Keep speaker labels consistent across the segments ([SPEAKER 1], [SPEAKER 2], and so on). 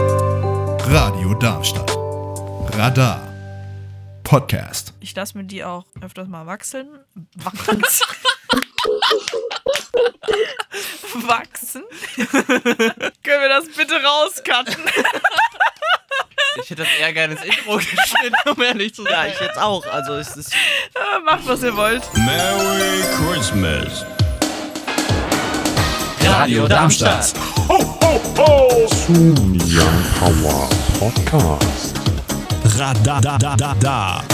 [SPEAKER 1] Radio Darmstadt. Radar. Podcast.
[SPEAKER 2] Ich lasse mir die auch öfters mal wachsen. Wachsen. wachsen. Können wir das bitte rauscutten?
[SPEAKER 3] Ich hätte das eher gerne ins Intro geschnitten, um ehrlich zu sein. Ja, ich jetzt auch. Also es ist
[SPEAKER 2] Äh, Macht, was ihr wollt.
[SPEAKER 4] Merry Christmas.
[SPEAKER 3] Radio Darmstadt.
[SPEAKER 4] Radar. Da, da, da, da.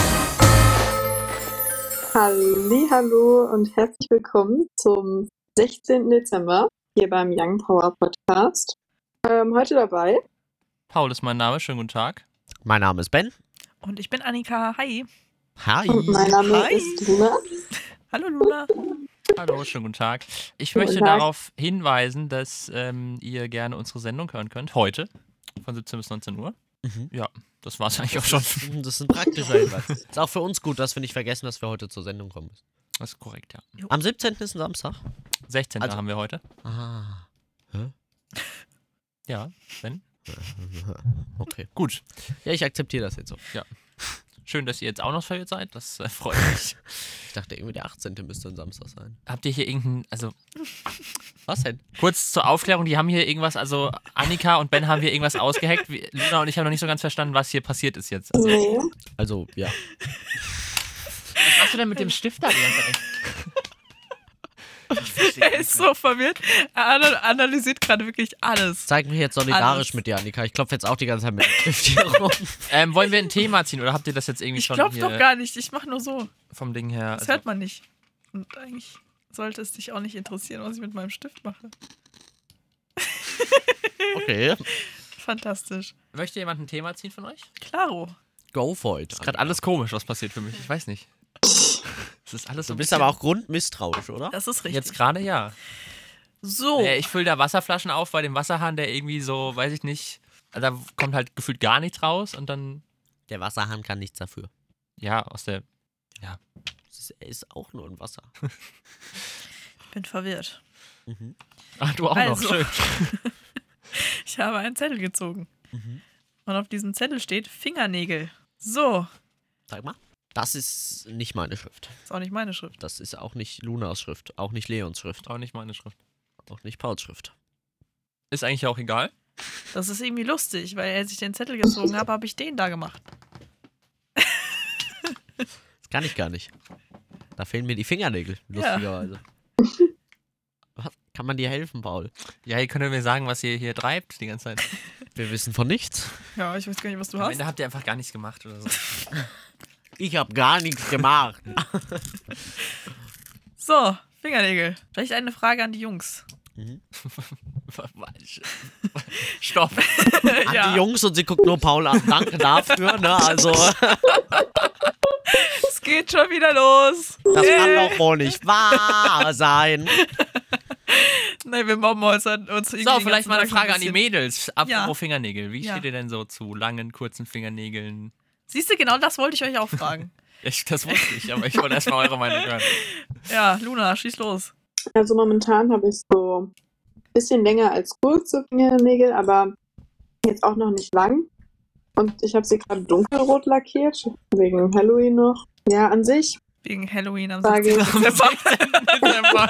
[SPEAKER 5] Hallo und herzlich willkommen zum 16. Dezember hier beim Young Power Podcast. Ähm, heute dabei
[SPEAKER 3] Paul ist mein Name. Schönen guten Tag.
[SPEAKER 6] Mein Name ist Ben.
[SPEAKER 2] Und ich bin Annika. Hi.
[SPEAKER 6] Hi.
[SPEAKER 5] und mein Name
[SPEAKER 2] Hi.
[SPEAKER 5] ist Luna.
[SPEAKER 2] Hallo Luna.
[SPEAKER 3] Hallo, schönen guten Tag. Ich
[SPEAKER 5] Guten
[SPEAKER 3] möchte
[SPEAKER 5] Tag.
[SPEAKER 3] darauf hinweisen, dass ähm, ihr gerne unsere Sendung hören könnt. Heute. Von 17 bis 19 Uhr.
[SPEAKER 6] Mhm.
[SPEAKER 3] Ja, das war's eigentlich auch schon.
[SPEAKER 6] Das ist ein praktischer Hinweis. Ist auch für uns gut, dass wir nicht vergessen, dass wir heute zur Sendung kommen müssen.
[SPEAKER 3] Das ist korrekt, ja.
[SPEAKER 6] Am 17. ist ein Samstag.
[SPEAKER 3] 16.
[SPEAKER 6] Also-
[SPEAKER 3] haben wir heute.
[SPEAKER 6] Ah.
[SPEAKER 3] Ja, wenn.
[SPEAKER 6] Okay.
[SPEAKER 3] Gut.
[SPEAKER 6] Ja, ich akzeptiere das jetzt so.
[SPEAKER 3] Schön, dass ihr jetzt auch noch verwirrt seid. Das äh, freut mich.
[SPEAKER 6] Ich dachte irgendwie, der 18. müsste ein Samstag sein.
[SPEAKER 3] Habt ihr hier irgendeinen, also
[SPEAKER 6] Was denn?
[SPEAKER 3] Kurz zur Aufklärung, die haben hier irgendwas, also Annika und Ben haben hier irgendwas ausgeheckt. Wir- Luna und ich haben noch nicht so ganz verstanden, was hier passiert ist jetzt. Also,
[SPEAKER 5] Nee,
[SPEAKER 6] Also, ja.
[SPEAKER 3] was machst du denn mit dem Stift da die ganze Zeit?
[SPEAKER 2] Er ist so verwirrt. Er ana- analysiert gerade wirklich alles.
[SPEAKER 6] Zeig mich jetzt solidarisch
[SPEAKER 2] Alles.
[SPEAKER 6] mit dir, Annika. Ich klopfe jetzt auch die ganze Zeit mit dem Stift hier rum.
[SPEAKER 3] Ähm, wollen wir ein Thema ziehen oder habt ihr das jetzt irgendwie
[SPEAKER 2] Ich
[SPEAKER 3] schon
[SPEAKER 2] klopfe
[SPEAKER 3] hier
[SPEAKER 2] doch gar nicht. Ich mache nur so.
[SPEAKER 3] vom Ding her?
[SPEAKER 2] Das
[SPEAKER 3] Also,
[SPEAKER 2] hört man nicht. Und eigentlich sollte es dich auch nicht interessieren, was ich mit meinem Stift mache.
[SPEAKER 6] Okay.
[SPEAKER 2] Fantastisch.
[SPEAKER 3] möchte jemand ein Thema ziehen von euch?
[SPEAKER 2] Klaro.
[SPEAKER 6] Go for it.
[SPEAKER 3] Ist gerade alles komisch, was passiert für mich. Ich weiß nicht. Es ist alles so ein
[SPEAKER 6] Du bist
[SPEAKER 3] bisschen-
[SPEAKER 6] aber auch grundmisstrauisch, oder?
[SPEAKER 2] Das ist richtig.
[SPEAKER 3] Jetzt gerade ja.
[SPEAKER 2] so.
[SPEAKER 3] Äh, ich fülle da Wasserflaschen auf bei dem Wasserhahn, der irgendwie so, weiß ich nicht, also da kommt halt gefühlt gar nichts raus und dann,
[SPEAKER 6] Der Wasserhahn kann nichts dafür.
[SPEAKER 3] ja, aus der
[SPEAKER 6] Es ist, er ist auch nur ein Wasser.
[SPEAKER 2] Ich bin verwirrt.
[SPEAKER 6] Mhm.
[SPEAKER 3] Ah, du auch
[SPEAKER 2] Also.
[SPEAKER 3] noch. Schön.
[SPEAKER 2] Ich habe einen Zettel gezogen.
[SPEAKER 6] Mhm.
[SPEAKER 2] Und auf diesem Zettel steht Fingernägel. So.
[SPEAKER 6] Sag mal. Das ist nicht meine Schrift.
[SPEAKER 2] Ist auch nicht meine Schrift.
[SPEAKER 6] Das ist auch nicht Lunas Schrift, auch nicht Leons Schrift,
[SPEAKER 3] Auch nicht meine Schrift.
[SPEAKER 6] auch nicht Pauls Schrift.
[SPEAKER 3] Ist eigentlich auch egal.
[SPEAKER 2] Das ist irgendwie lustig, weil als ich den Zettel gezogen habe, habe ich den da gemacht.
[SPEAKER 6] Das kann ich gar nicht. Da fehlen mir die Fingernägel, lustigerweise. Was? Kann man dir helfen, Paul?
[SPEAKER 3] Ja, ihr könnt ja mir sagen, was ihr hier treibt die ganze Zeit.
[SPEAKER 6] Wir wissen von nichts.
[SPEAKER 2] Ja, ich weiß gar nicht, was du
[SPEAKER 3] Am
[SPEAKER 2] hast.
[SPEAKER 3] Ende habt ihr einfach gar nichts gemacht oder so.
[SPEAKER 6] Ich habe gar nichts gemacht.
[SPEAKER 2] So, Fingernägel. Vielleicht eine Frage an die Jungs.
[SPEAKER 6] Mhm.
[SPEAKER 3] Stopp.
[SPEAKER 6] An die Jungs und sie guckt nur Paul an. Danke dafür, ne? Also, das
[SPEAKER 2] Es geht schon wieder los.
[SPEAKER 6] kann doch wohl nicht wahr sein.
[SPEAKER 2] Nein, wir mobben uns, an- uns irgendwie
[SPEAKER 3] So,
[SPEAKER 2] den
[SPEAKER 3] vielleicht
[SPEAKER 2] ganzen
[SPEAKER 3] mal
[SPEAKER 2] Tag
[SPEAKER 3] eine
[SPEAKER 2] so
[SPEAKER 3] Frage an die
[SPEAKER 2] bisschen.
[SPEAKER 3] Mädels. Apropos
[SPEAKER 2] Ja.
[SPEAKER 3] Fingernägel. Wie
[SPEAKER 2] Ja.
[SPEAKER 3] steht ihr denn so zu langen, kurzen Fingernägeln?
[SPEAKER 2] Siehst du, genau das wollte ich euch auch fragen.
[SPEAKER 3] Ich, das wusste ich, aber ich wollte erstmal eure Meinung hören.
[SPEAKER 2] ja, Luna, schieß los.
[SPEAKER 5] also momentan habe ich so ein bisschen länger als kurze Fingernägel, aber jetzt auch noch nicht lang. Und ich habe sie gerade dunkelrot lackiert, wegen Halloween noch. Ja, an sich
[SPEAKER 2] Wegen Halloween am
[SPEAKER 5] Frage
[SPEAKER 2] 16.
[SPEAKER 3] Am
[SPEAKER 2] Dezember.
[SPEAKER 3] 16. Dezember.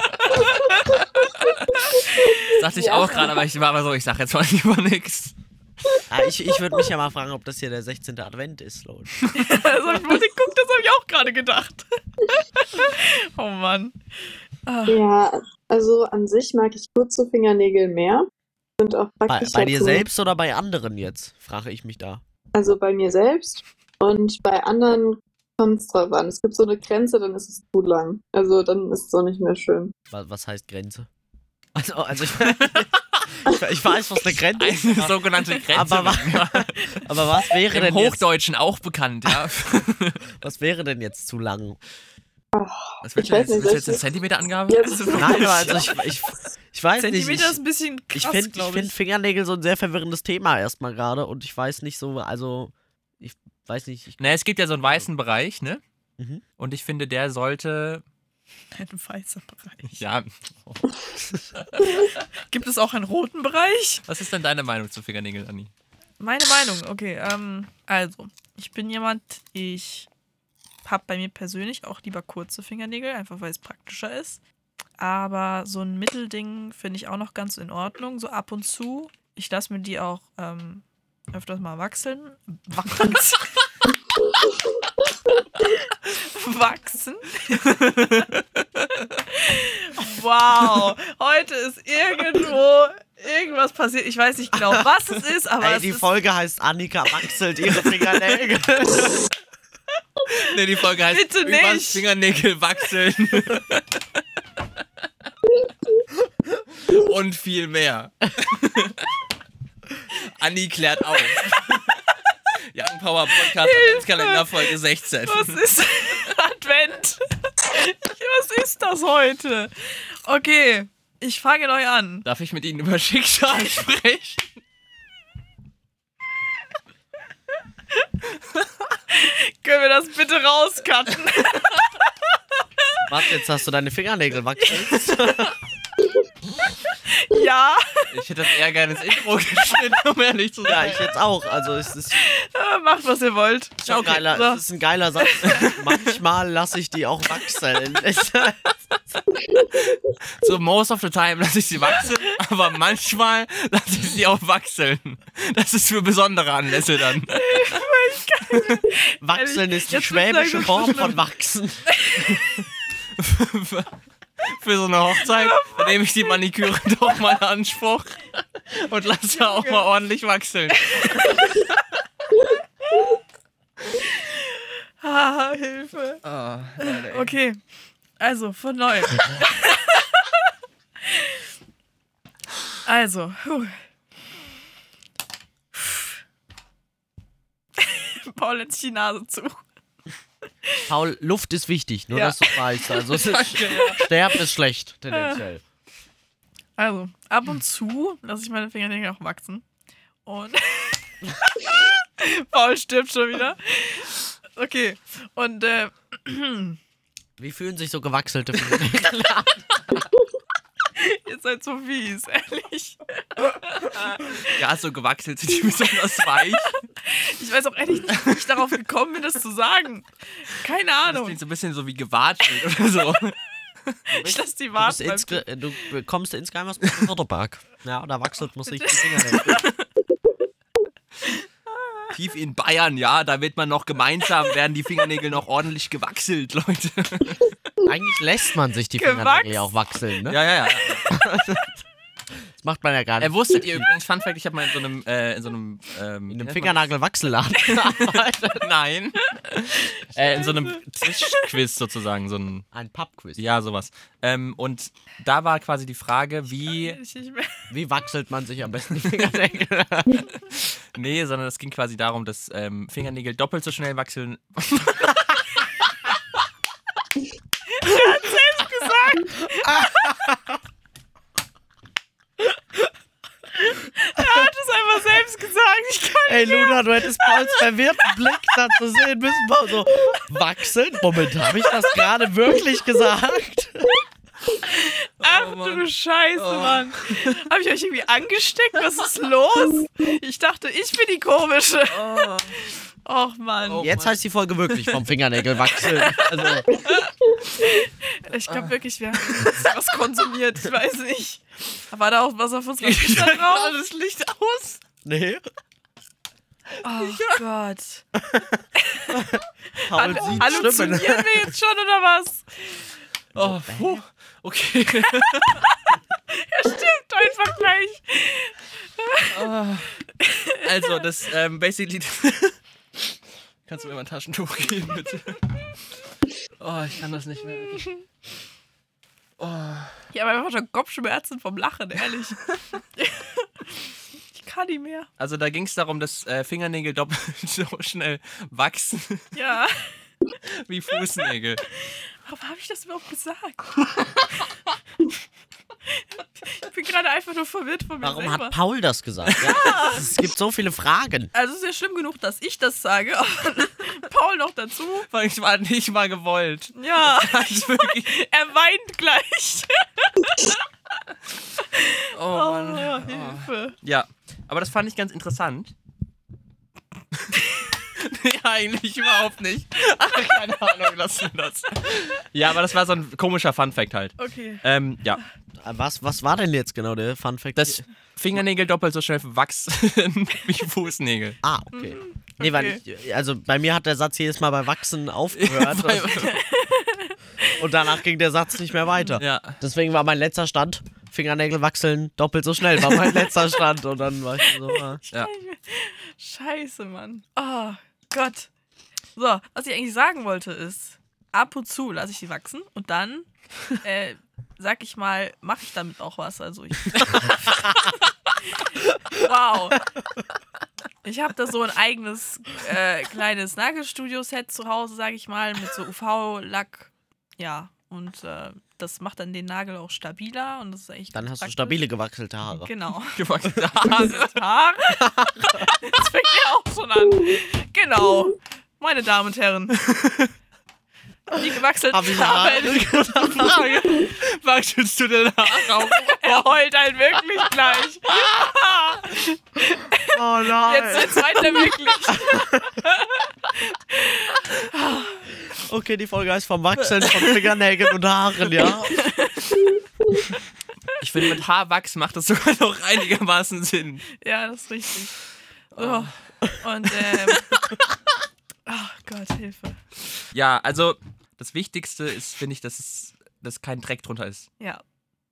[SPEAKER 3] Das dachte ich
[SPEAKER 5] Ja.
[SPEAKER 3] auch gerade, aber ich war aber so, ich sag jetzt mal lieber nichts.
[SPEAKER 6] Ah, ich ich würde mich ja mal fragen, ob das hier der 16. Advent ist, Leute.
[SPEAKER 2] Also, ich wollte gucken, das habe ich auch gerade gedacht. oh Mann. Ah,
[SPEAKER 5] Ja, also an sich mag ich kurze Fingernägel mehr. Sind auch
[SPEAKER 6] Bei,
[SPEAKER 5] praktischer
[SPEAKER 6] bei dir
[SPEAKER 5] zu-
[SPEAKER 6] selbst oder bei anderen jetzt, frage ich mich da.
[SPEAKER 5] Also bei mir selbst. Und bei anderen kommt es drauf an. Es gibt so eine Grenze, dann ist es zu lang. Also dann ist es auch nicht mehr schön.
[SPEAKER 6] Was, was heißt Grenze? Also, also ich, ich, ich weiß, was eine Grenze ist.
[SPEAKER 3] Eine sogenannte Grenze.
[SPEAKER 6] Aber wa- Aber was wäre
[SPEAKER 3] Im
[SPEAKER 6] denn jetzt,
[SPEAKER 3] Hochdeutschen auch bekannt, ja.
[SPEAKER 6] was wäre denn jetzt zu lang?
[SPEAKER 3] Was willst
[SPEAKER 5] Ich
[SPEAKER 3] du
[SPEAKER 5] weiß
[SPEAKER 3] jetzt?
[SPEAKER 5] nicht,
[SPEAKER 3] Willst du jetzt eine
[SPEAKER 5] welche-
[SPEAKER 3] Zentimeterangabe?
[SPEAKER 5] Ja,
[SPEAKER 3] Also,
[SPEAKER 6] Nein, aber also ich, ich, ich weiß nicht.
[SPEAKER 2] Zentimeter ist
[SPEAKER 6] Ich,
[SPEAKER 2] ein bisschen
[SPEAKER 6] ich
[SPEAKER 2] krass,
[SPEAKER 6] finde
[SPEAKER 2] glaube
[SPEAKER 6] find
[SPEAKER 2] ich.
[SPEAKER 6] Fingernägel so ein sehr verwirrendes Thema erstmal gerade und ich weiß nicht so, also ich weiß nicht. Ich,
[SPEAKER 3] Na, es gibt ja so einen weißen Bereich, ne?
[SPEAKER 6] Mhm.
[SPEAKER 3] Und ich finde, der sollte
[SPEAKER 2] Ein weißer Bereich.
[SPEAKER 3] Ja.
[SPEAKER 2] Gibt es auch einen roten Bereich?
[SPEAKER 3] Was ist denn deine Meinung zu Fingernägeln, Anni?
[SPEAKER 2] Meine Meinung, okay. Ähm, also, ich bin jemand, ich habe bei mir persönlich auch lieber kurze Fingernägel, einfach weil es praktischer ist. Aber so ein Mittelding finde ich auch noch ganz in Ordnung, so ab und zu. Ich lasse mir die auch ähm, öfters mal wachsen. Wachsen. wachsen. wow. Heute ist irgendwo irgendwas passiert. Ich weiß nicht genau, was es ist, aber
[SPEAKER 6] Ey,
[SPEAKER 2] es
[SPEAKER 6] die
[SPEAKER 2] ist
[SPEAKER 6] Folge heißt Annika wachselt ihre Fingernägel.
[SPEAKER 3] Nee, die Folge heißt
[SPEAKER 2] Bitte
[SPEAKER 3] irgendwas
[SPEAKER 2] nicht.
[SPEAKER 3] Fingernägel wachseln. Und viel mehr. Anni klärt auf. Young Power Podcast Adventskalender Folge 16.
[SPEAKER 2] Was ist Advent? Was ist das heute? Okay, ich fange neu an.
[SPEAKER 3] Darf ich mit Ihnen über Schicksal sprechen?
[SPEAKER 2] Können wir das bitte rauscutten?
[SPEAKER 6] Warte, jetzt hast du deine Fingernägel wachsen.
[SPEAKER 2] ja,
[SPEAKER 3] Ich hätte das eher gerne ins Intro geschnitten, um ehrlich zu
[SPEAKER 6] Ja,
[SPEAKER 3] sein.
[SPEAKER 6] ich jetzt auch. Also es ist
[SPEAKER 2] äh, macht was ihr wollt.
[SPEAKER 6] schon geiler,
[SPEAKER 2] so.
[SPEAKER 6] es ist ein geiler Satz. Manchmal lasse ich die auch wachsen.
[SPEAKER 3] So, most of the time lasse ich sie wachsen, aber manchmal lasse ich sie auch wachseln. Das ist für besondere Anlässe dann.
[SPEAKER 6] Wachseln ist die
[SPEAKER 2] Jetzt wird's
[SPEAKER 6] schwäbische
[SPEAKER 2] langsam
[SPEAKER 6] Form
[SPEAKER 2] schlimm.
[SPEAKER 6] von wachsen.
[SPEAKER 3] Für so eine Hochzeit da nehme ich die Maniküre doch mal in Anspruch und lasse auch mal ordentlich wachseln.
[SPEAKER 2] Ah, Hilfe.
[SPEAKER 6] Ah,
[SPEAKER 2] okay, also von neu. also, puh. Paul jetzt die Nase zu.
[SPEAKER 6] Paul, Luft ist wichtig, nur
[SPEAKER 2] Ja.
[SPEAKER 6] dass du es weißt. Also es ist, Sterben ist schlecht, tendenziell.
[SPEAKER 2] Also, ab und zu lasse ich meine Fingernägel auch wachsen. Und. Paul stirbt schon wieder. Okay. Und äh,
[SPEAKER 6] Wie fühlen sich so gewachselte Fingernägel?
[SPEAKER 2] ihr seid so fies, ehrlich.
[SPEAKER 3] Ja, so gewachselt sind die besonders weich.
[SPEAKER 2] Ich weiß auch ehrlich nicht, wie ich darauf gekommen bin, das zu sagen. Keine
[SPEAKER 3] Das
[SPEAKER 2] Ahnung.
[SPEAKER 3] klingt so ein bisschen so wie gewatschelt oder so.
[SPEAKER 2] Ich lasse die
[SPEAKER 6] Du, bist
[SPEAKER 2] warten.
[SPEAKER 6] insge- äh, du bekommst insgeheim aus dem Wörterpark. Ja, da wachselt man sich die Fingernägel.
[SPEAKER 3] Tief in Bayern, ja, da wird man noch gemeinsam, werden die Fingernägel noch ordentlich gewachselt, Leute.
[SPEAKER 6] Eigentlich lässt man sich die
[SPEAKER 2] Gewachs.
[SPEAKER 6] Fingernägel ja auch wachsen, ne?
[SPEAKER 3] Ja, ja, ja.
[SPEAKER 6] Das macht man ja gar
[SPEAKER 3] Er
[SPEAKER 6] nicht.
[SPEAKER 3] Äh, wusstet ihr übrigens, Fun Fact, ich habe mal in so einem, äh, in so einem, ähm,
[SPEAKER 6] In einem
[SPEAKER 3] wie nennt man das?
[SPEAKER 6] Fingernagelwachselladen.
[SPEAKER 3] Nein. äh, in so einem Tischquiz sozusagen, so ein,
[SPEAKER 6] Ein Pappquiz.
[SPEAKER 3] ja, sowas. Ähm, und da war quasi die Frage, wie
[SPEAKER 2] Ich nicht mehr.
[SPEAKER 6] Wie wachselt man sich am besten die Fingernägel?
[SPEAKER 3] Nee, sondern es ging quasi darum, dass ähm, Fingernägel doppelt so schnell wachsen.
[SPEAKER 2] Er hat es einfach selbst gesagt. Ich kann.
[SPEAKER 6] Ey, Luna, du hättest Pauls verwirrten Blick dazu sehen müssen. Paul so, wachsen? Moment, habe ich das gerade wirklich gesagt? Oh
[SPEAKER 2] Ach du Scheiße, Mann. Habe ich euch irgendwie angesteckt? Was ist los? Ich dachte, ich bin die komische.
[SPEAKER 6] Oh.
[SPEAKER 2] Och Mann.
[SPEAKER 6] Jetzt heißt die Folge wirklich vom Fingernägel wachsen. Also,
[SPEAKER 2] Ich
[SPEAKER 6] Ah.
[SPEAKER 2] glaube wirklich, wir haben was konsumiert. Ich weiß nicht. War da auch was auf unserer Pizza drauf?
[SPEAKER 3] das Licht aus.
[SPEAKER 6] nee.
[SPEAKER 2] Oh Gott.
[SPEAKER 6] Paul sieht
[SPEAKER 2] Halluzinieren
[SPEAKER 6] Stimmen.
[SPEAKER 2] wir jetzt schon oder was?
[SPEAKER 3] Oh, puh. Okay.
[SPEAKER 2] Stimmt, einfach gleich.
[SPEAKER 3] Also, das ähm, basically. Kannst du mir mal ein Taschentuch geben, bitte? Oh, ich kann das nicht mehr.
[SPEAKER 2] Ich habe einfach schon Kopfschmerzen vom Lachen, ehrlich. Ich kann nicht mehr.
[SPEAKER 3] Also, da ging es darum, dass äh, Fingernägel doppelt so schnell wachsen
[SPEAKER 2] Ja.
[SPEAKER 3] wie Fußnägel.
[SPEAKER 2] Warum habe ich das überhaupt gesagt? Ich bin gerade einfach nur verwirrt von mir
[SPEAKER 6] Warum
[SPEAKER 2] selber.
[SPEAKER 6] hat Paul das gesagt? Es gibt so viele Fragen.
[SPEAKER 2] also es ist ja schlimm genug, dass ich das sage. aber Paul noch dazu.
[SPEAKER 3] Weil Ich war nicht mal gewollt.
[SPEAKER 2] Ja,
[SPEAKER 3] Ich wirklich.
[SPEAKER 2] er weint gleich.
[SPEAKER 3] Oh
[SPEAKER 2] Oh,
[SPEAKER 3] Mann. Oh.
[SPEAKER 2] Hilfe.
[SPEAKER 3] Ja, aber das fand ich ganz interessant. nee, eigentlich überhaupt nicht. Ach, keine Ahnung, lass mir das. Ja, aber das war so ein komischer Funfact halt.
[SPEAKER 2] Okay.
[SPEAKER 3] Ähm, ja.
[SPEAKER 6] Was, was war denn jetzt genau der Fun Fact?
[SPEAKER 3] Dass Fingernägel doppelt so schnell wachsen wie Fußnägel.
[SPEAKER 6] ah, okay.
[SPEAKER 2] Mhm.
[SPEAKER 6] Nee, weil ich, also bei mir hat der Satz jedes Mal bei Wachsen aufgehört
[SPEAKER 3] Weil-
[SPEAKER 6] und danach ging der Satz nicht mehr weiter.
[SPEAKER 3] ja.
[SPEAKER 6] Deswegen war mein letzter Stand, Fingernägel wachsen doppelt so schnell, war mein letzter Stand. Und dann war ich so, ah.
[SPEAKER 3] ja.
[SPEAKER 2] Scheiße, Mann. Oh Gott. So, was ich eigentlich sagen wollte ist, ab und zu lasse ich die wachsen und dann, äh, sag ich mal, mache ich damit auch was. Also ich. wow. Ich habe da so ein eigenes äh, kleines Nagelstudio-Set zu Hause, sag ich mal, mit so UV-Lack. Ja, und äh, das macht dann den Nagel auch stabiler und das ist eigentlich
[SPEAKER 6] dann
[SPEAKER 2] ganz
[SPEAKER 6] hast du
[SPEAKER 2] praktisch.
[SPEAKER 6] stabile gewachselte Haare.
[SPEAKER 2] Genau.
[SPEAKER 3] Gewachsene
[SPEAKER 2] Haare. Haare. Das fängt ja auch schon an. Genau. Meine Damen und Herren. Die gewachselten
[SPEAKER 6] Hab ich Haare?
[SPEAKER 2] Haare.
[SPEAKER 3] Frage. Wachst du denn Haare auf?
[SPEAKER 2] Er heult einen wirklich gleich.
[SPEAKER 6] Oh nein.
[SPEAKER 2] Jetzt, jetzt weint er wirklich.
[SPEAKER 6] Okay, die Folge heißt vom Wachsen, von Fingernägeln und Haaren, ja.
[SPEAKER 3] Ich finde, mit Haarwachs macht das sogar noch einigermaßen Sinn.
[SPEAKER 2] Ja, das ist richtig. So. Und ähm. Ach Gott, Hilfe.
[SPEAKER 3] Ja, also das Wichtigste ist, finde ich, dass es dass kein Dreck drunter ist.
[SPEAKER 2] Ja.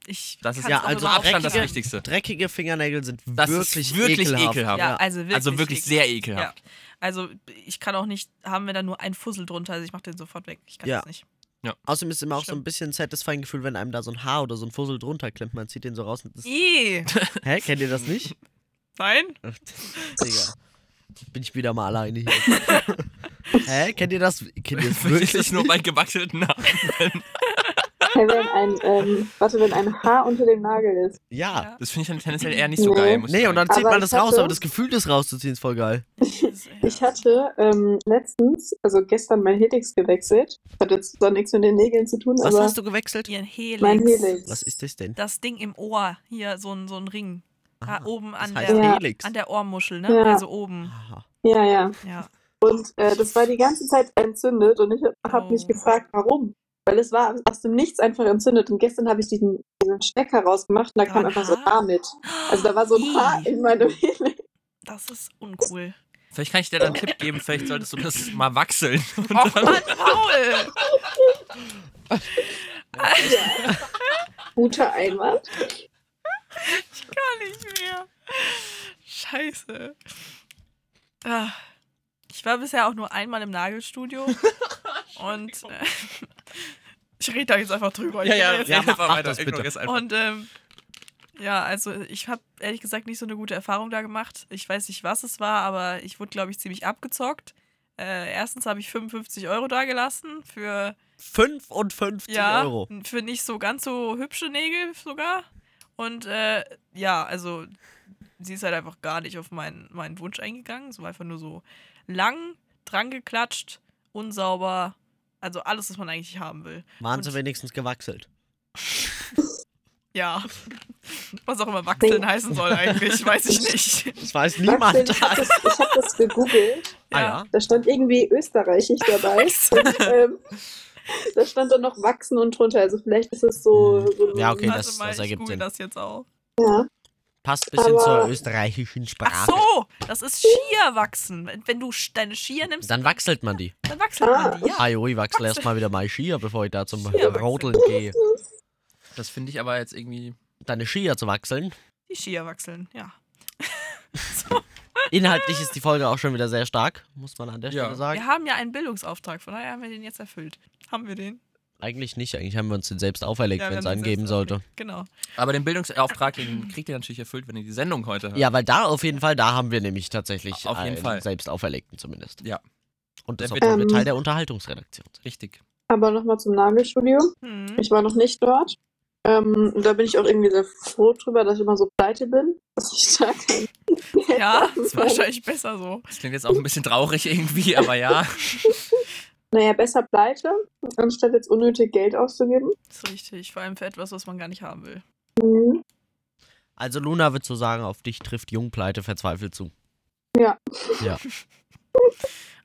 [SPEAKER 2] Ich
[SPEAKER 3] Das ist
[SPEAKER 2] kann's
[SPEAKER 3] ja
[SPEAKER 2] auch
[SPEAKER 3] also
[SPEAKER 2] überhaupt
[SPEAKER 3] Abstand das
[SPEAKER 2] nicht.
[SPEAKER 6] dreckige-
[SPEAKER 3] Wichtigste.
[SPEAKER 6] Dreckige Fingernägel sind
[SPEAKER 3] Das
[SPEAKER 6] wirklich,
[SPEAKER 3] ist wirklich
[SPEAKER 6] ekelhaft.
[SPEAKER 3] ekelhaft.
[SPEAKER 2] Ja, also wirklich.
[SPEAKER 3] also wirklich sehr ekelhaft.
[SPEAKER 2] Ja. Also ich kann auch nicht, haben wir da nur einen Fussel drunter, also ich mach den sofort weg. Ich kann
[SPEAKER 6] Ja.
[SPEAKER 2] das nicht.
[SPEAKER 6] Außerdem ist immer auch so
[SPEAKER 2] Stimmt.
[SPEAKER 6] ein bisschen satisfying Gefühl, wenn einem da so ein Haar oder so ein Fussel drunter klemmt. Man zieht den so raus und das,
[SPEAKER 2] Ih.
[SPEAKER 6] Hä, kennt ihr das nicht?
[SPEAKER 2] Nein?
[SPEAKER 6] Digga. Bin ich wieder mal alleine hier. Hä, kennt ihr das? Kennt ihr das wirklich?
[SPEAKER 3] Wirklich nur bei gewachselten Haaren.
[SPEAKER 5] Hey, wenn ein, ähm, warte, wenn ein Haar unter dem Nagel ist.
[SPEAKER 6] Ja.
[SPEAKER 3] Das finde ich dann tendenziell eher nicht so
[SPEAKER 5] Nee.
[SPEAKER 3] geil. Muss ich
[SPEAKER 6] Nee, und
[SPEAKER 3] sagen.
[SPEAKER 6] dann zieht
[SPEAKER 5] Aber
[SPEAKER 6] man
[SPEAKER 5] ich
[SPEAKER 6] das
[SPEAKER 5] hatte-
[SPEAKER 6] raus, aber das Gefühl, das rauszuziehen, ist voll geil.
[SPEAKER 5] Ich hatte ähm, letztens, also gestern, mein Helix gewechselt. Das hat jetzt zwar nichts mit den Nägeln zu tun,
[SPEAKER 6] Was
[SPEAKER 5] aber
[SPEAKER 6] hast du gewechselt?
[SPEAKER 2] Ihren Helix.
[SPEAKER 5] mein Helix.
[SPEAKER 6] Was ist das denn?
[SPEAKER 2] Das Ding im Ohr, hier so ein, so ein Ring. Da
[SPEAKER 6] Ah,
[SPEAKER 2] oben
[SPEAKER 6] das
[SPEAKER 2] an
[SPEAKER 6] heißt
[SPEAKER 2] der,
[SPEAKER 5] Ja.
[SPEAKER 6] Helix.
[SPEAKER 2] an der Ohrmuschel, ne?
[SPEAKER 5] Ja.
[SPEAKER 2] Also oben.
[SPEAKER 6] Aha.
[SPEAKER 5] Ja, ja.
[SPEAKER 2] Ja.
[SPEAKER 5] Und äh, das war die ganze Zeit entzündet und ich habe
[SPEAKER 2] Oh.
[SPEAKER 5] hab mich gefragt, warum. Weil es war aus dem Nichts einfach entzündet und gestern habe ich diesen, diesen Stecker rausgemacht und da kam
[SPEAKER 2] ein
[SPEAKER 5] einfach so ein
[SPEAKER 2] Haar?
[SPEAKER 5] Haar mit. Also da war so ein
[SPEAKER 2] Ih.
[SPEAKER 5] Haar in meinem Helix.
[SPEAKER 2] Das ist uncool.
[SPEAKER 3] Vielleicht kann ich dir dann einen Tipp geben, vielleicht solltest du das mal wachseln. Und
[SPEAKER 2] Och
[SPEAKER 3] dann-
[SPEAKER 2] Mann, Paul!
[SPEAKER 5] Guter Einwand.
[SPEAKER 2] Ich kann nicht mehr. Scheiße. Ah. Ich war bisher auch nur einmal im Nagelstudio. und äh, ich rede da jetzt einfach drüber.
[SPEAKER 3] ja,
[SPEAKER 2] Ich
[SPEAKER 3] ja,
[SPEAKER 2] rede jetzt
[SPEAKER 3] ja,
[SPEAKER 6] mach
[SPEAKER 3] mach weiter.
[SPEAKER 6] das bitte.
[SPEAKER 3] ignorier's einfach.
[SPEAKER 2] Und ähm, ja, also ich habe ehrlich gesagt nicht so eine gute Erfahrung da gemacht. Ich weiß nicht, was es war, aber ich wurde, glaube ich, ziemlich abgezockt. Äh, erstens habe ich 55 Euro da gelassen für,
[SPEAKER 6] 55
[SPEAKER 2] ja,
[SPEAKER 6] Euro.
[SPEAKER 2] für nicht so ganz so hübsche Nägel sogar. Und äh, ja, also sie ist halt einfach gar nicht auf meinen, meinen Wunsch eingegangen. Es war einfach nur so lang, drangeklatscht, unsauber. Also alles, was man eigentlich haben will.
[SPEAKER 6] Waren sie
[SPEAKER 2] Und-
[SPEAKER 6] wenigstens gewachselt?
[SPEAKER 2] Ja. Was auch immer wachsen heißen soll eigentlich, weiß ich nicht.
[SPEAKER 6] Das weiß
[SPEAKER 5] Wachsel,
[SPEAKER 6] niemand.
[SPEAKER 5] Ich habe das, ich hab das gegoogelt.
[SPEAKER 6] Ah, ja.
[SPEAKER 5] Da stand irgendwie österreichisch dabei. Und, ähm, da stand dann noch wachsen und drunter. Also vielleicht ist es so. so
[SPEAKER 6] Ja, okay.
[SPEAKER 2] Warte
[SPEAKER 6] das-
[SPEAKER 2] mal,
[SPEAKER 6] das
[SPEAKER 2] ich
[SPEAKER 6] ergibt
[SPEAKER 2] google
[SPEAKER 6] Sinn.
[SPEAKER 2] das jetzt auch.
[SPEAKER 5] Ja.
[SPEAKER 6] Passt ein bisschen
[SPEAKER 5] Aber-
[SPEAKER 6] zur österreichischen
[SPEAKER 2] Ach
[SPEAKER 6] Sprache.
[SPEAKER 2] so, das ist Skier wachsen. Wenn, wenn du sch- deine Skier nimmst,
[SPEAKER 6] Dann wachselt man die.
[SPEAKER 2] dann wachsen man die. Ja.
[SPEAKER 6] Ah, jo, ich wachsle erstmal wieder meine Skier, bevor ich da zum
[SPEAKER 2] Skier wachseln.
[SPEAKER 6] Rodeln gehe.
[SPEAKER 3] Das finde ich aber jetzt irgendwie.
[SPEAKER 6] Deine Skier zu wachseln.
[SPEAKER 2] Die Skier wachsen, ja.
[SPEAKER 6] Inhaltlich ist die Folge auch schon wieder sehr stark, muss man an der Stelle
[SPEAKER 3] Ja.
[SPEAKER 6] sagen.
[SPEAKER 2] Wir haben ja einen Bildungsauftrag, von daher haben wir den jetzt erfüllt. Haben wir den?
[SPEAKER 6] Eigentlich nicht, eigentlich haben wir uns den selbst auferlegt,
[SPEAKER 2] Ja, wir
[SPEAKER 6] wenn es
[SPEAKER 2] haben den
[SPEAKER 6] einen geben
[SPEAKER 2] selbst
[SPEAKER 6] sollte.
[SPEAKER 2] Genau.
[SPEAKER 3] Aber den Bildungsauftrag den kriegt ihr natürlich erfüllt, wenn ihr die Sendung heute hört.
[SPEAKER 6] Ja, weil da auf jeden Fall, da haben wir nämlich tatsächlich
[SPEAKER 3] Auf jeden
[SPEAKER 6] einen
[SPEAKER 3] Fall.
[SPEAKER 6] selbst auferlegten zumindest.
[SPEAKER 3] Ja.
[SPEAKER 6] Und das,
[SPEAKER 3] Der
[SPEAKER 6] obwohl wir
[SPEAKER 5] wird-
[SPEAKER 2] Ähm.
[SPEAKER 6] Teil der Unterhaltungsredaktion sind.
[SPEAKER 3] Richtig. Mhm.
[SPEAKER 5] Aber nochmal zum Nagelstudio.
[SPEAKER 2] Hm.
[SPEAKER 5] Ich war noch nicht dort. Ähm, und da bin ich auch irgendwie sehr froh drüber, dass ich immer so pleite bin, dass ich da kein Geld
[SPEAKER 2] Ja,
[SPEAKER 5] machen
[SPEAKER 2] ist
[SPEAKER 5] kann.
[SPEAKER 2] wahrscheinlich besser so.
[SPEAKER 3] Das klingt jetzt auch ein bisschen traurig irgendwie, aber ja.
[SPEAKER 5] Naja, besser pleite, anstatt jetzt unnötig Geld auszugeben.
[SPEAKER 2] Ist richtig. Vor allem für etwas, was man gar nicht haben will.
[SPEAKER 5] Mhm.
[SPEAKER 6] Also Luna wird so sagen, auf dich trifft Jungpleite verzweifelt zu.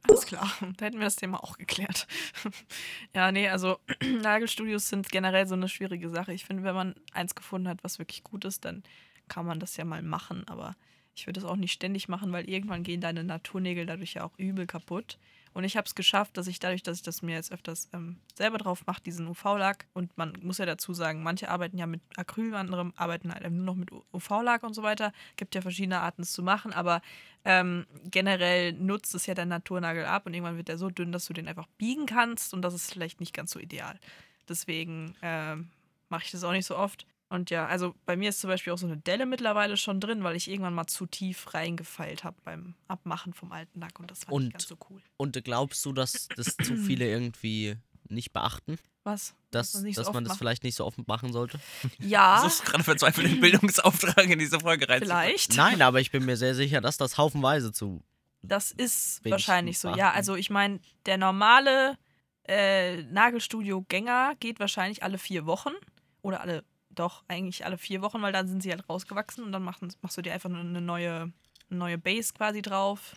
[SPEAKER 2] Alles klar, da hätten wir das Thema auch geklärt. ja, nee, also Nagelstudios sind generell so eine schwierige Sache. Ich finde, wenn man eins gefunden hat, was wirklich gut ist, dann kann man das ja mal machen. Aber ich würde es auch nicht ständig machen, weil irgendwann gehen deine Naturnägel dadurch ja auch übel kaputt. Und ich habe es geschafft, dass ich dadurch, dass ich das mir jetzt öfters ähm, selber drauf mache, diesen UV-Lack. Und man muss ja dazu sagen, manche arbeiten ja mit Acryl, andere arbeiten halt eben nur noch mit UV-Lack und so weiter. Gibt ja verschiedene Arten, es zu machen, aber ähm, generell nutzt es ja dein Naturnagel ab und irgendwann wird der so dünn, dass du den einfach biegen kannst und das ist vielleicht nicht ganz so ideal. Deswegen ähm, mache ich das auch nicht so oft. Und ja, also bei mir ist zum Beispiel auch so eine Delle mittlerweile schon drin, weil ich irgendwann mal zu tief reingefeilt habe beim Abmachen vom alten Lack und das fand ich
[SPEAKER 6] Und-
[SPEAKER 2] ganz so cool.
[SPEAKER 6] Und glaubst du, dass das zu viele irgendwie nicht beachten?
[SPEAKER 2] Was?
[SPEAKER 6] Dass,
[SPEAKER 2] man nicht so
[SPEAKER 6] dass
[SPEAKER 2] oft
[SPEAKER 6] man das
[SPEAKER 2] macht?
[SPEAKER 6] vielleicht nicht so offen machen sollte?
[SPEAKER 2] Ja,
[SPEAKER 3] Das ist gerade verzweifelt den Bildungsauftrag in diese Folge rein.
[SPEAKER 2] vielleicht.
[SPEAKER 6] Nein, aber ich bin mir sehr sicher, dass das haufenweise zu.
[SPEAKER 2] Das ist
[SPEAKER 6] wenigstens
[SPEAKER 2] wahrscheinlich so. Ja,
[SPEAKER 6] beachten.
[SPEAKER 2] also ich meine, der normale äh, Nagelstudio-Gänger geht wahrscheinlich alle vier Wochen oder alle, doch, eigentlich alle vier Wochen, weil dann sind sie halt rausgewachsen und dann machen, machst du dir einfach nur eine neue, eine neue Base quasi drauf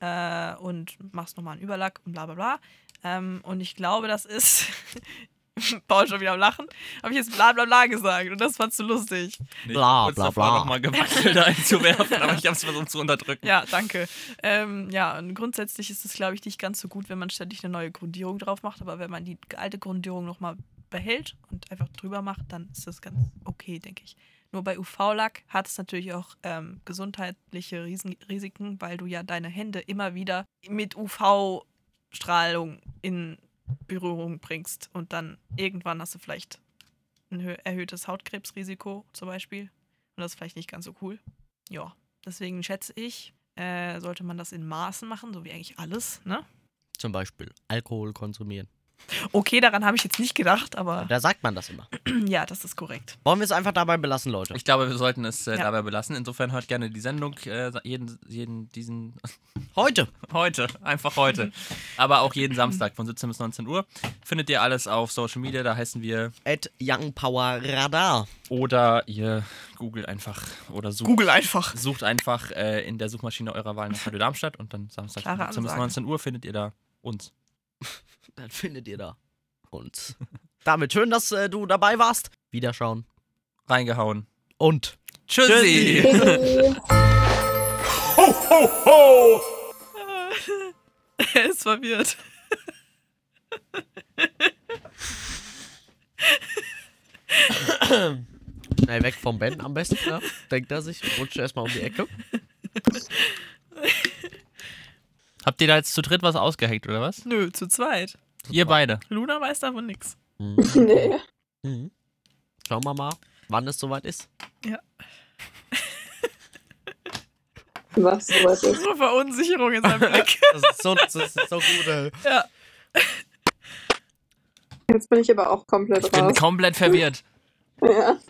[SPEAKER 2] äh, und machst nochmal einen Überlack und bla bla bla. Ähm, und ich glaube, das ist. Paul schon wieder am Lachen. Habe ich jetzt bla bla bla gesagt und das fandst du lustig.
[SPEAKER 6] Bla, bla, bla.
[SPEAKER 3] nochmal gewackelt einzuwerfen, aber ich habe es versucht zu unterdrücken.
[SPEAKER 2] Ja, danke. Ähm, ja, und grundsätzlich ist es, glaube ich, nicht ganz so gut, wenn man ständig eine neue Grundierung drauf macht, aber wenn man die alte Grundierung nochmal behält und einfach drüber macht, dann ist das ganz okay, denke ich. Nur bei UV-Lack hat es natürlich auch ähm, gesundheitliche Riesen Risiken, weil du ja deine Hände immer wieder mit UV-Strahlung in Berührung bringst und dann irgendwann hast du vielleicht ein hö- erhöhtes Hautkrebsrisiko zum Beispiel. Und das ist vielleicht nicht ganz so cool. Ja. Deswegen schätze ich, äh, sollte man das in Maßen machen, so wie eigentlich alles, ne?
[SPEAKER 6] Zum Beispiel Alkohol konsumieren.
[SPEAKER 2] Okay, daran habe ich jetzt nicht gedacht, aber
[SPEAKER 6] Da sagt man das immer.
[SPEAKER 2] ja, das ist korrekt.
[SPEAKER 6] Wollen wir es einfach dabei belassen, Leute?
[SPEAKER 3] Ich glaube, wir sollten es äh,
[SPEAKER 2] Ja.
[SPEAKER 3] dabei belassen. Insofern hört gerne die Sendung äh, jeden, jeden, diesen,
[SPEAKER 6] Heute.
[SPEAKER 3] heute, einfach heute. Aber auch jeden Samstag von 17 bis 19 Uhr. Findet ihr alles auf Social Media, da heißen wir.
[SPEAKER 6] At Young Power Radar.
[SPEAKER 3] Oder ihr googelt einfach oder sucht.
[SPEAKER 2] einfach.
[SPEAKER 3] Sucht einfach äh, in der Suchmaschine eurer Wahl nach Radio Darmstadt und dann Samstag von
[SPEAKER 2] Klare
[SPEAKER 3] 17 bis
[SPEAKER 2] Ansage.
[SPEAKER 3] 19 Uhr findet ihr da uns.
[SPEAKER 6] Dann findet ihr da uns. Damit schön, dass äh, du dabei warst. Wiederschauen.
[SPEAKER 3] Reingehauen.
[SPEAKER 6] Und.
[SPEAKER 3] Tschüssi.
[SPEAKER 5] Hey.
[SPEAKER 2] er ist verwirrt.
[SPEAKER 6] Schnell weg vom Ben am besten, ne? denkt er sich. Rutscht erstmal um die Ecke.
[SPEAKER 3] Habt ihr da jetzt zu dritt was ausgeheckt oder was?
[SPEAKER 2] Nö, zu zweit.
[SPEAKER 3] Ihr beide.
[SPEAKER 2] Luna weiß davon nichts.
[SPEAKER 5] nee.
[SPEAKER 6] Mhm. Schauen wir mal, wann es soweit ist.
[SPEAKER 5] Was sowas ist.
[SPEAKER 2] So Verunsicherung in seinem Blick.
[SPEAKER 6] Das ist so, das ist so gut. Ey.
[SPEAKER 2] ja.
[SPEAKER 5] Jetzt bin ich aber auch komplett
[SPEAKER 3] Ich bin
[SPEAKER 5] raus.
[SPEAKER 3] komplett verwirrt.
[SPEAKER 5] Ja.